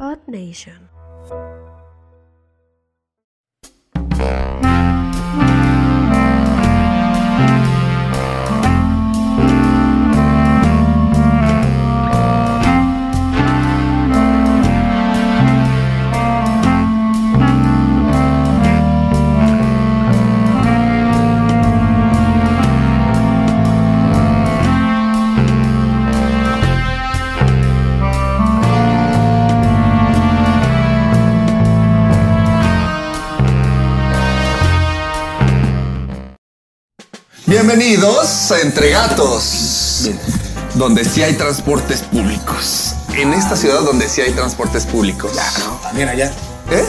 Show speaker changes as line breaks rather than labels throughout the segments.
Earth Nation.
Bienvenidos a Entre Gatos, donde sí hay transportes públicos. En esta ciudad donde sí hay transportes públicos.
También allá.
¿Eh?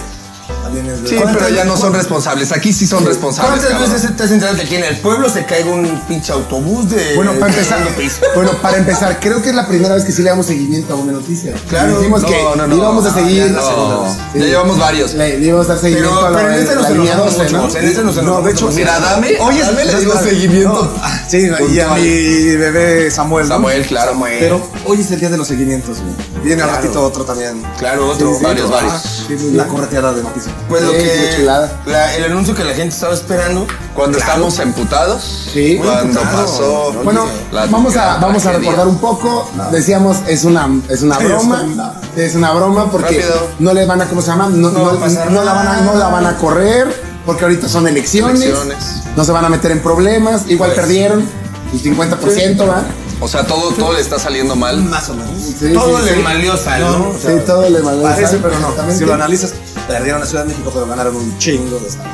También es
Sí, pero ya no son responsables. Aquí sí son responsables.
¿Cuántas
cabrón.
veces te has enterado de que en el pueblo se caiga un pinche autobús de.
Bueno, para
de
empezar,
segundo piso?
bueno, para empezar, creo que es la primera vez que sí le damos seguimiento a una noticia.
Claro.
dijimos
No,
que
no, no.
íbamos a
Ah,
seguir.
ya no.
Sí.
Ya llevamos varios.
Le, le íbamos a dar seguimiento
Pero-
a la,
pero en este
la
nos
línea
enojamos
12, ¿no?
mucho, en este nos
no, de
enojamos
hecho,
mucho.
Mira, dame. Oye,
es-
dame le
es
dimos
verdad.
seguimiento.
No, ah, Sí, y a
Puntual.
mi bebé Samuel. ¿no?
Samuel, claro, Samuel.
Pero hoy es el día de los seguimientos, güey. Viene al ratito otro también.
Claro, otro, varios, varios.
Sí, muy
La
bien.
correteada de noticias.
Pues lo
Sí,
que-
qué chulada.
La- el anuncio que la gente estaba esperando.
Cuando estamos emputados,
Sí.
cuando
Muy emputados.
pasó.
Bueno,
la-
vamos a
la
vamos a
tragedia.
recordar un poco. Decíamos es una es una
Sí,
broma,
es una-
es una broma porque
Rápido.
no le van a cómo se llama, no,
No va
no-
a pasar
no la van a
nada.
no la van a correr porque ahorita son elecciones,
Elecciones.
no se van a meter en problemas, igual
Pues.
perdieron el 50%, ¿va?
O sea, todo, todo le está saliendo mal.
Más o menos.
Sí,
Todo
sí,
le
sí.
malió sal,
No,
Ah, ¿no? O sea,
sí, todo le mandó.
Parece, pero no. Si lo analizas, perdieron la Ciudad de México, pero ganaron un chingo de estados.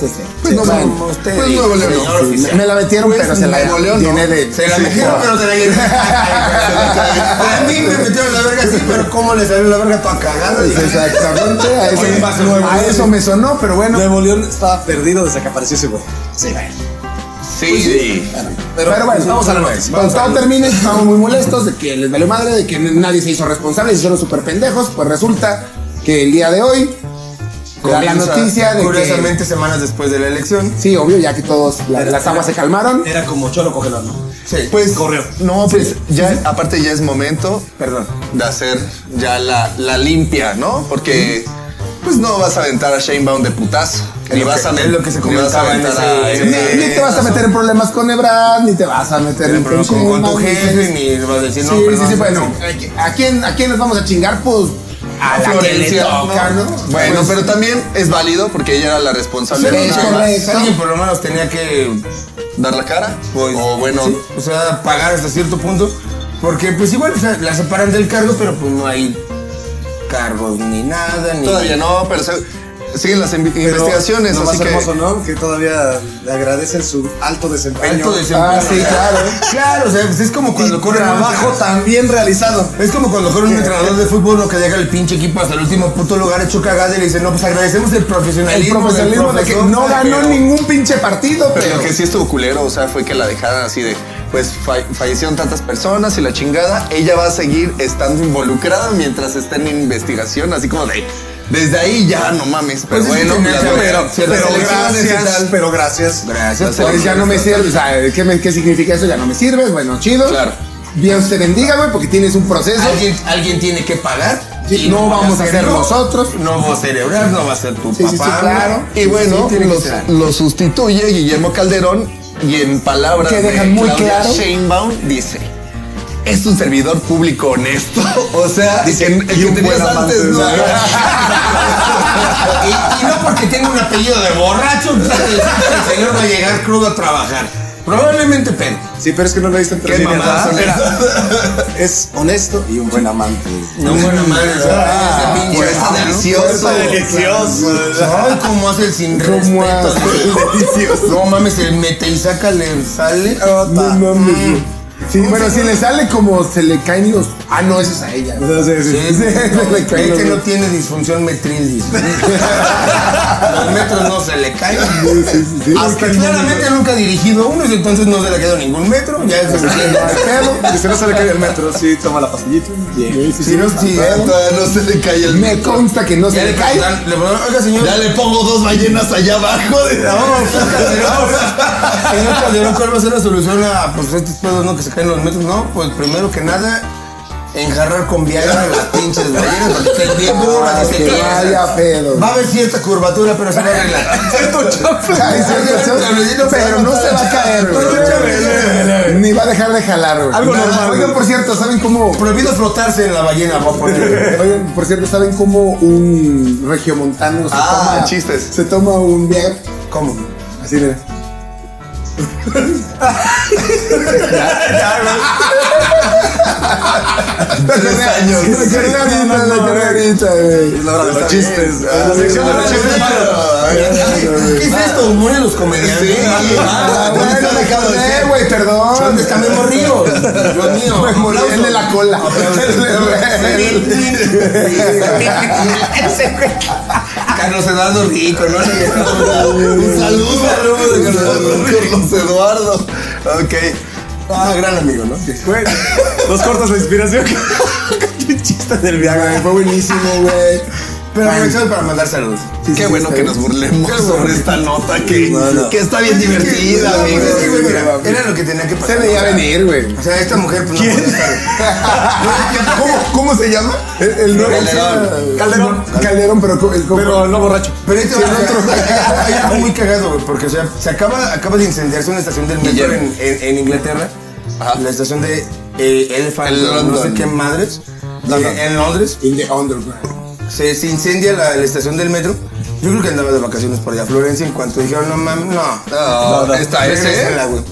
Sí, sí, sí.
Pues no,
Bueno,
no, usted
pues
diga,
Nuevo León,
señor
sí,
oficial.
me- me la metieron,
Pues,
pero se la
Nuevo León,
tiene
¿no?
de-
Se la
sí,
metieron,
por-
pero te la llené. A mí me metieron la verga, sí, pero ¿cómo le salió la verga toda cagada?
Pues Exactamente, a eso,
Oye, más nuevo.
a eso me sonó, pero bueno.
Nuevo León estaba perdido desde que apareció ese güey. Sí,
Sí.
Pero, bueno,
vamos a la noticia.
Cuando todo termine, estamos muy molestos de que les valió madre, de que nadie se hizo responsable, se hicieron súper pendejos. Pues resulta que el día de hoy da la
Comienza,
noticia de
Curiosamente,
que.
semanas después de la elección.
Sí, obvio, ya que todos la- las aguas se calmaron.
Era como Cholo Cogelón, ¿no? Sí.
Pues
Correo.
No, pues ya, aparte ya es momento
Perdón.
de hacer ya la, la limpia, ¿no? Porque pues no vas a aventar a Shane Baum de putazo.
Es
Ni
lo
vas
que-
a
es lo que se
ni vas a
comentaba en
aventar
ese-
a-
Ni, ni te vas a meter en problemas con Ebrad, ni te vas a meter en
Pero con, con tu
problemas, ni-
jefe, ni le vas a decir,
Sí,
no, perdón.
sí, sí, bueno. ¿A quién, ¿A quién nos vamos a chingar? Pues a la que le
Florencia,
toca, ¿no?
¿no? Bueno,
Pues
pero también es válido porque ella era la responsable
Sí,
de
es
nada más
correcto.
Alguien por lo menos tenía que
dar la cara.
pues,
o bueno,
sí, o sea, pagar hasta cierto punto. Porque, pues igual, o sea, la separan del cargo, pero pues no hay cargos ni nada, ni.
todavía no, pero se- siguen las invi- investigaciones,
lo
así
más
que
hermoso, ¿no? Que todavía le agradecen su alto desempeño.
Alto desempeño.
Ah, sí, claro.
Claro, o sea, pues es como cuando corre
Trabajo tan bien realizado.
Es como cuando corre un entrenador de fútbol lo que deja el pinche equipo hasta el último puto lugar hecho cagada y le dice, no, pues agradecemos el
El
profesionalismo.
profesionalismo de que no ganó ningún pinche partido, pero.
Pero lo que sí estuvo culero, o sea, fue que la dejaran así de, pues fa- fallecieron tantas personas y la chingada, ella va a seguir estando involucrada mientras esté en investigación, así como de, desde ahí ya no mames, pero
Pues es
bueno,
que tenía
las-
que-
pero,
si las
pero
elecciones y
gracias.
Gracias, pero gracias.
Gracias,
Pues ya no me
sirve.
sirve, o sea, ¿qué, me- qué significa eso? Ya no me sirves, bueno, chido.
Claro.
Dios te bendiga, güey, porque tienes un proceso.
¿Alguien, alguien tiene que pagar.
Sí,
y
no
voy
vamos a
hacer
ser
yo,
nosotros.
No va a ser Ebrard, no va a ser tu
Sí, sí,
papá.
sí, claro.
Y bueno,
tiene que
los-
ser.
lo, sustituye Guillermo Calderón y en palabras
Que
de
dejan muy
Claudia
claro.
Sheinbaum dice. Es un servidor público honesto. O sea,
Dice,
en- el,
"Y
que
un
tenías
buen amante
antes
de
no
la
era".
Y, y no porque tenga un apellido de borracho, quiere decir que el señor va a llegar crudo a trabajar. Probablemente pedo.
Sí, pero es que no lo diste entre
Qué
líneas,
mamadas
¿verdad?
son
Es honesto y un buen amante.
No, bueno, madre, o sea, ese pinche
pues,
está
¿no?
Ah, delicioso.
Está
delicioso.
Ay, cómo hace el sin
¿Cómo
respeto.
hace?
Delicioso. No mames, el mete y saca le sale.
No mames, güey. Sí,
Un
bueno, si
señor-
le sale como se le caen los. Ah, no, eso es a ella. güey.
Entonces,
Sí,
Sí,
no,
le caen
ve que
los-
no tiene disfunción metril. dice. Los metros no se le caen.
Sí, sí, sí.
Hasta claramente nunca ha dirigido uno, y entonces no se le ha quedado ningún metro. Ya eso se entiende.
Y si no se le cae el metro, sí, toma la pastillita.
Sí, sí,
Si no, si
Ah, Todavía no se le cae el
Me consta que no se
ya le
le cae.
preguntan- le preguntan, oiga señor,
Ya le pongo dos ballenas allá abajo. de-
No, pues, Calderón. Señor Calderón, ¿cuál va a ser la solución a pues, estos pedos no, que se caen los metros? No, pues primero que nada, enjarrar con Viagra las pinches ballenas para que estén bien duras
Ah,
y se
que
cansan.
vaya pedo.
Va a haber cierta curvatura, pero se va a arreglar. Cierto chafe.
Ay, sí, sí, sí. Pero no se va a caer, güey. Ni va a dejar de jalar, güey.
Algo
Nada.
normal,
Oigan,
güey.
por cierto, ¿saben cómo?
Prohibido flotarse en la ballena, voy a poner.
Oigan, por cierto, ¿saben cómo un regiomontano se
Ah,
toma
chistes.
Se toma un Viagra.
¿Cómo?
Así mira. Me acordé-
años.
me acordé ahorita, me acordé ahorita, güey.
Es la hora de los chistes.
Ah,
La sección de
ah,
los chistes.
¿Qué es esto? Humor en los comediantes.
Sí.
Ah,
Ah,
¿dónde
bueno,
está
me
la cama de
acordé,
ser?
güey, perdón.
¿Dónde está Memo Río? Dios mío.
Me morí el de la cola.
Carlos Eduardo Rico, ¿no? Un saludo. Un saludo de Carlos Eduardo Rico.
Carlos Eduardo. Ok.
Ah, gran amigo, ¿no?
Güey, Dos cortas la inspiración. Qué chiste del viaje. Fue buenísimo, güey.
Pero aprovecho para mandar saludos.
Qué bueno que nos burlemos sobre esta nota que,
bueno.
que está bien divertida,
Divertida,
amigos.
amigos. Sí, güey, mira, Era lo que tenía que pasar.
Se veía venir, güey.
O sea, esta mujer, pues no puede estar.
¿Cómo, cómo se llama?
El, el nuevo
Calderón.
Calderón. Calderón, pero co- el co-
Pero no borracho.
Pero este va otro. Hay algo muy cagado, güey, porque o sea, se acaba, acaba de incendiarse una estación del metro
Guillermo.
en, en- en Inglaterra.
Ajá.
La estación de eh, Elephant,
En
no sé
London.
qué madres.
London.
eh, en Londres.
In the underground.
Se, se incendia la, la estación del metro. Yo creo que andaba de vacaciones por allá a Florencia. En cuanto dijeron, no mames, no.
No, esta es,
Regrésenla,
¿eh?
güey.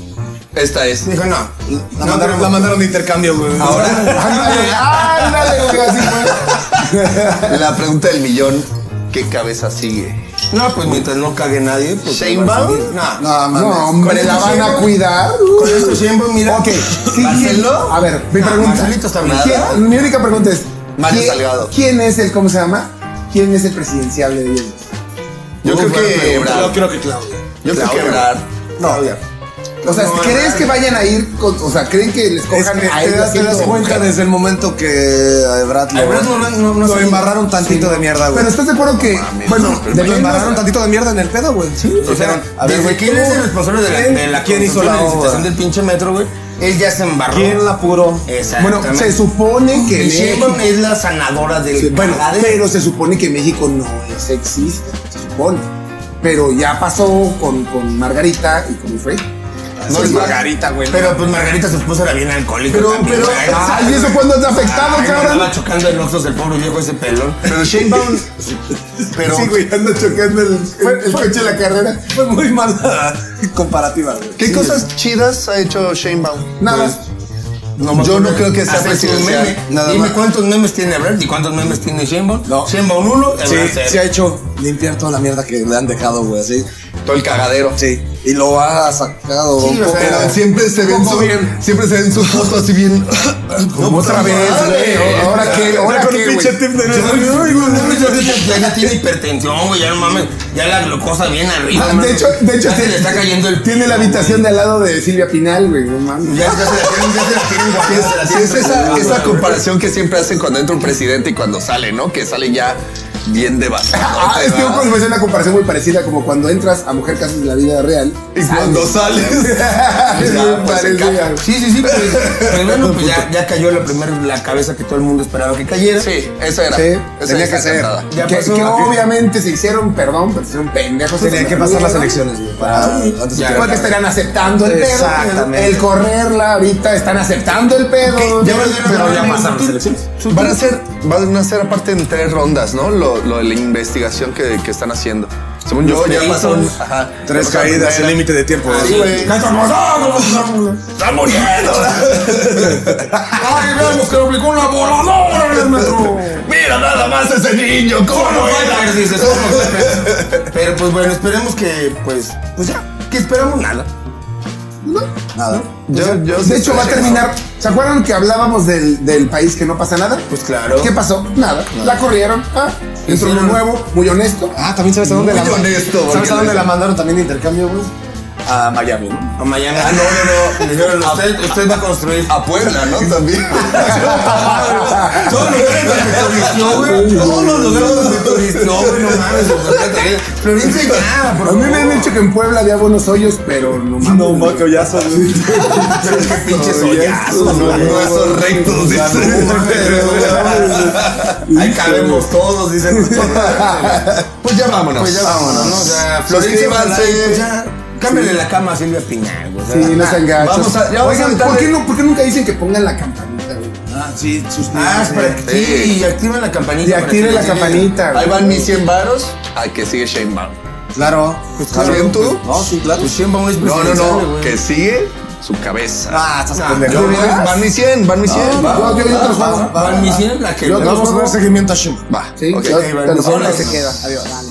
Esta es.
Dijo, no.
La,
no
mandaron,
queremos-
la mandaron de intercambio, güey.
Ahora,
Ándale,
Ah,
ándale, güey, así fue.
la pregunta del millón. ¿Qué cabeza sigue?
No, pues mientras no cague nadie. Pues,
¿Sheinbaum?
va a seguir. No,
No, mames.
No, hombre,
Con
la
esto
van a
siempre-
cuidar.
Con esto siempre, mira.
Ok, sí,
¿Marcelo?
A ver, mi
No,
pregunta.
Marcelito está bien.
¿Quién- Mi única pregunta es:
Mario
¿quién-
Salgado.
¿Quién es el, cómo se llama? ¿Quién es el presidenciable de ellos?
Yo
Uh,
creo
buena
que
pregunta.
Ebrard.
Yo creo que Claudio.
Yo creo que
Claudia.
Ebrard.
No, ya.
O sea,
No,
¿crees
no.
que vayan a ir con, o sea, creen que les
Es
cojan
que
a
te,
ellos
das, te das
siendo
cuenta
mujer?
desde el momento que a Ebrard
A Ebrard no- no- no- no
lo
sé.
embarraron tantito de mierda, güey.
Pero estás de acuerdo que, bueno,
lo
dependiendo-
embarraron pues, tantito de mierda en el pedo, güey. Sí.
O sea,
a ver,
desde
güey,
quién
¿tú-
es el responsable de la,
quién-
de la
¿Quién hizo
construcción
la
y licitación
obra?
del pinche metro, güey? Él ya se embarró.
¿Quién la apuró?
Exactamente.
bueno, se supone que
Y Sheinbaum
México,
es la sanadora del
bueno,
cagadero.
pero se supone que México no es sexista, se supone. Pero ya pasó con, con Margarita y con Frey.
Ah,
No es
güey. Pero pues Margarita su esposa era bien alcohólica.
Pero,
también,
pero,
güey.
Ah,
ay, ¿eso cuándo te ha afectado,
Ay, no,
cabrón?
Estaba chocando en Oxos el pobre viejo ese pelón.
Pero Sheinbaum. Pero
Sí, güey, anda chocando el, el- el coche de la carrera.
Fue muy mala comparativa, güey.
¿Qué cosas chidas ha hecho Sheinbaum?
Nada
Pues,
más.
No,
Yo
mames,
no creo que sea
haces un
presidencial,
meme.
nada
Dime
más.
cuántos memes tiene Ebrard y cuántos memes tiene Sheinbaum.
No.
Sheinbaum uno,
Sí,
Ebrard cero.
sí ha hecho limpiar toda la mierda que le han dejado, güey, así.
Todo el cagadero.
Sí. Y lo ha sacado.
Sí,
un
o
poco-
sea,
Pero siempre se ven
Poco
su,
bien.
siempre se ven su foto así bien.
Como otra vez,
madre.
güey. Ahora qué, ahora
Ya con un
qué, güey.
pinche tip de
Ay, güey, no mames, ahorita Ya ya tiene hipertensión, güey, ya no mames, ya la glucosa bien arriba.
Ah,
mano.
De hecho, de hecho,
ya se
tiene-
le está cayendo el
Tiene la habitación de al lado de Silvia Pinal, güey. No mames.
Ya, ya se la tienen, ya se la tienen
Sí,
guardada,
es-
se la
sí,
tienen
es esa,
guardada,
esa
güey.
comparación que siempre hacen cuando entra un presidente y cuando sale, ¿no? Que sale ya bien devastado.
Ah, es que yo pues, es una comparación muy parecida como cuando entras a Mujer Casos de la Vida Real.
Y cuando sales.
Es
ya,
muy
pues, se
parecida.
Sí, sí, sí, pues, pues, bueno, pues ya, ya cayó la primera la cabeza que todo el mundo esperaba que cayera.
Sí, eso era.
Sí,
Esa
tenía
esa
que ser.
cantada.
Ya
que,
pasó.
que obviamente se hicieron, perdón, pero se hicieron pendejos.
Tenía
en
que
la
pasar
vida,
las
¿no?
elecciones, güey. Para antes de
Ya,
que-
Porque estarían aceptando el pedo.
Exactamente.
El correrla ahorita, están aceptando el pedo.
Ya valieron,
Pero ya
mames,
pasaron
tú-
las elecciones.
Van a ser, van a ser aparte en tres rondas, ¿no? Lo, lo de la investigación que, que están haciendo. Según yo,
Los
ya
pleitos.
pasaron ajá,
Tres
ya pasaron
caídas, el
primera.
límite de tiempo.
Ah, sí,
güey.
güey.
¡Está muriendo! ¡Ay, veamos que aplicó una voladora en el metro!
Mira nada más ese niño, cómo
¿Cómo
era.
era? Dices, ¿cómo era? Pero pues bueno, esperemos que, pues, pues ya, que esperamos nada.
Nada.
Yo, yo sí
De hecho,
estoy
va a
llegado.
terminar. ¿Se acuerdan que hablábamos del, del país que no pasa nada?
Pues claro.
¿Qué pasó? Nada. La corrieron. Ah, entró uno
Hicieron-
nuevo, muy honesto.
Ah, también sabes a dónde
Muy
la
honesto,
¿Sabes
porque-
a dónde la mandaron también de intercambio, güey? a, a Miami, ¿no?
A Miami. Ah, no, no, no. Dijeron, usted, usted va a construir.
A Puebla, ¿no? También.
Todos los lugares donde turisteó, güey. Todos los lugares donde turisteó, güey. No mames, ojalá te diga. Florencia ya, por
A mí me han
favor.
dicho que en Puebla había buenos hoyos, pero no mames.
No, ma, que hoyazo. güey.
Pero qué pinches hoyazos,
No,
güey.
No son rectos, dice.
Ahí cabemos todos, dicen.
Pues ya vámonos.
Pues ya vámonos, ¿no? O sea, Florencia Balsa,
Suscríbanse.
ya. Cámbiale la cama a Silvia Pinal, güey. o sea,
Sí, no sean gachos.
Vamos a- ya
Oigan,
vamos a
¿por qué,
darle-
no, ¿por qué nunca dicen que pongan la campanita, güey?
Ah, sí, sus
Ah, es para que- sí, y activen la campanita.
Y
para
activen
que
la
les
campanita, güey.
Ahí van mis 100 varos. Al que sigue Shane Baum.
Claro.
¿Está bien tú?
No, sí, claro.
Pues siempre es
No, no,
presidenciable,
no.
güey.
Que sigue su cabeza.
Ah, estás
pendejo.
Yo voy- van mis 100, van mis 100.
va,
Va,
yo- yo
va,
otros
va,
juegos.
va.
Van mis cien, la
Yo
que le
otros
damos
Vamos a dar seguimiento a Shimba.
Va,
Sí,
ok.
yo- te lo juro que
vámonos.
se queda. Adiós.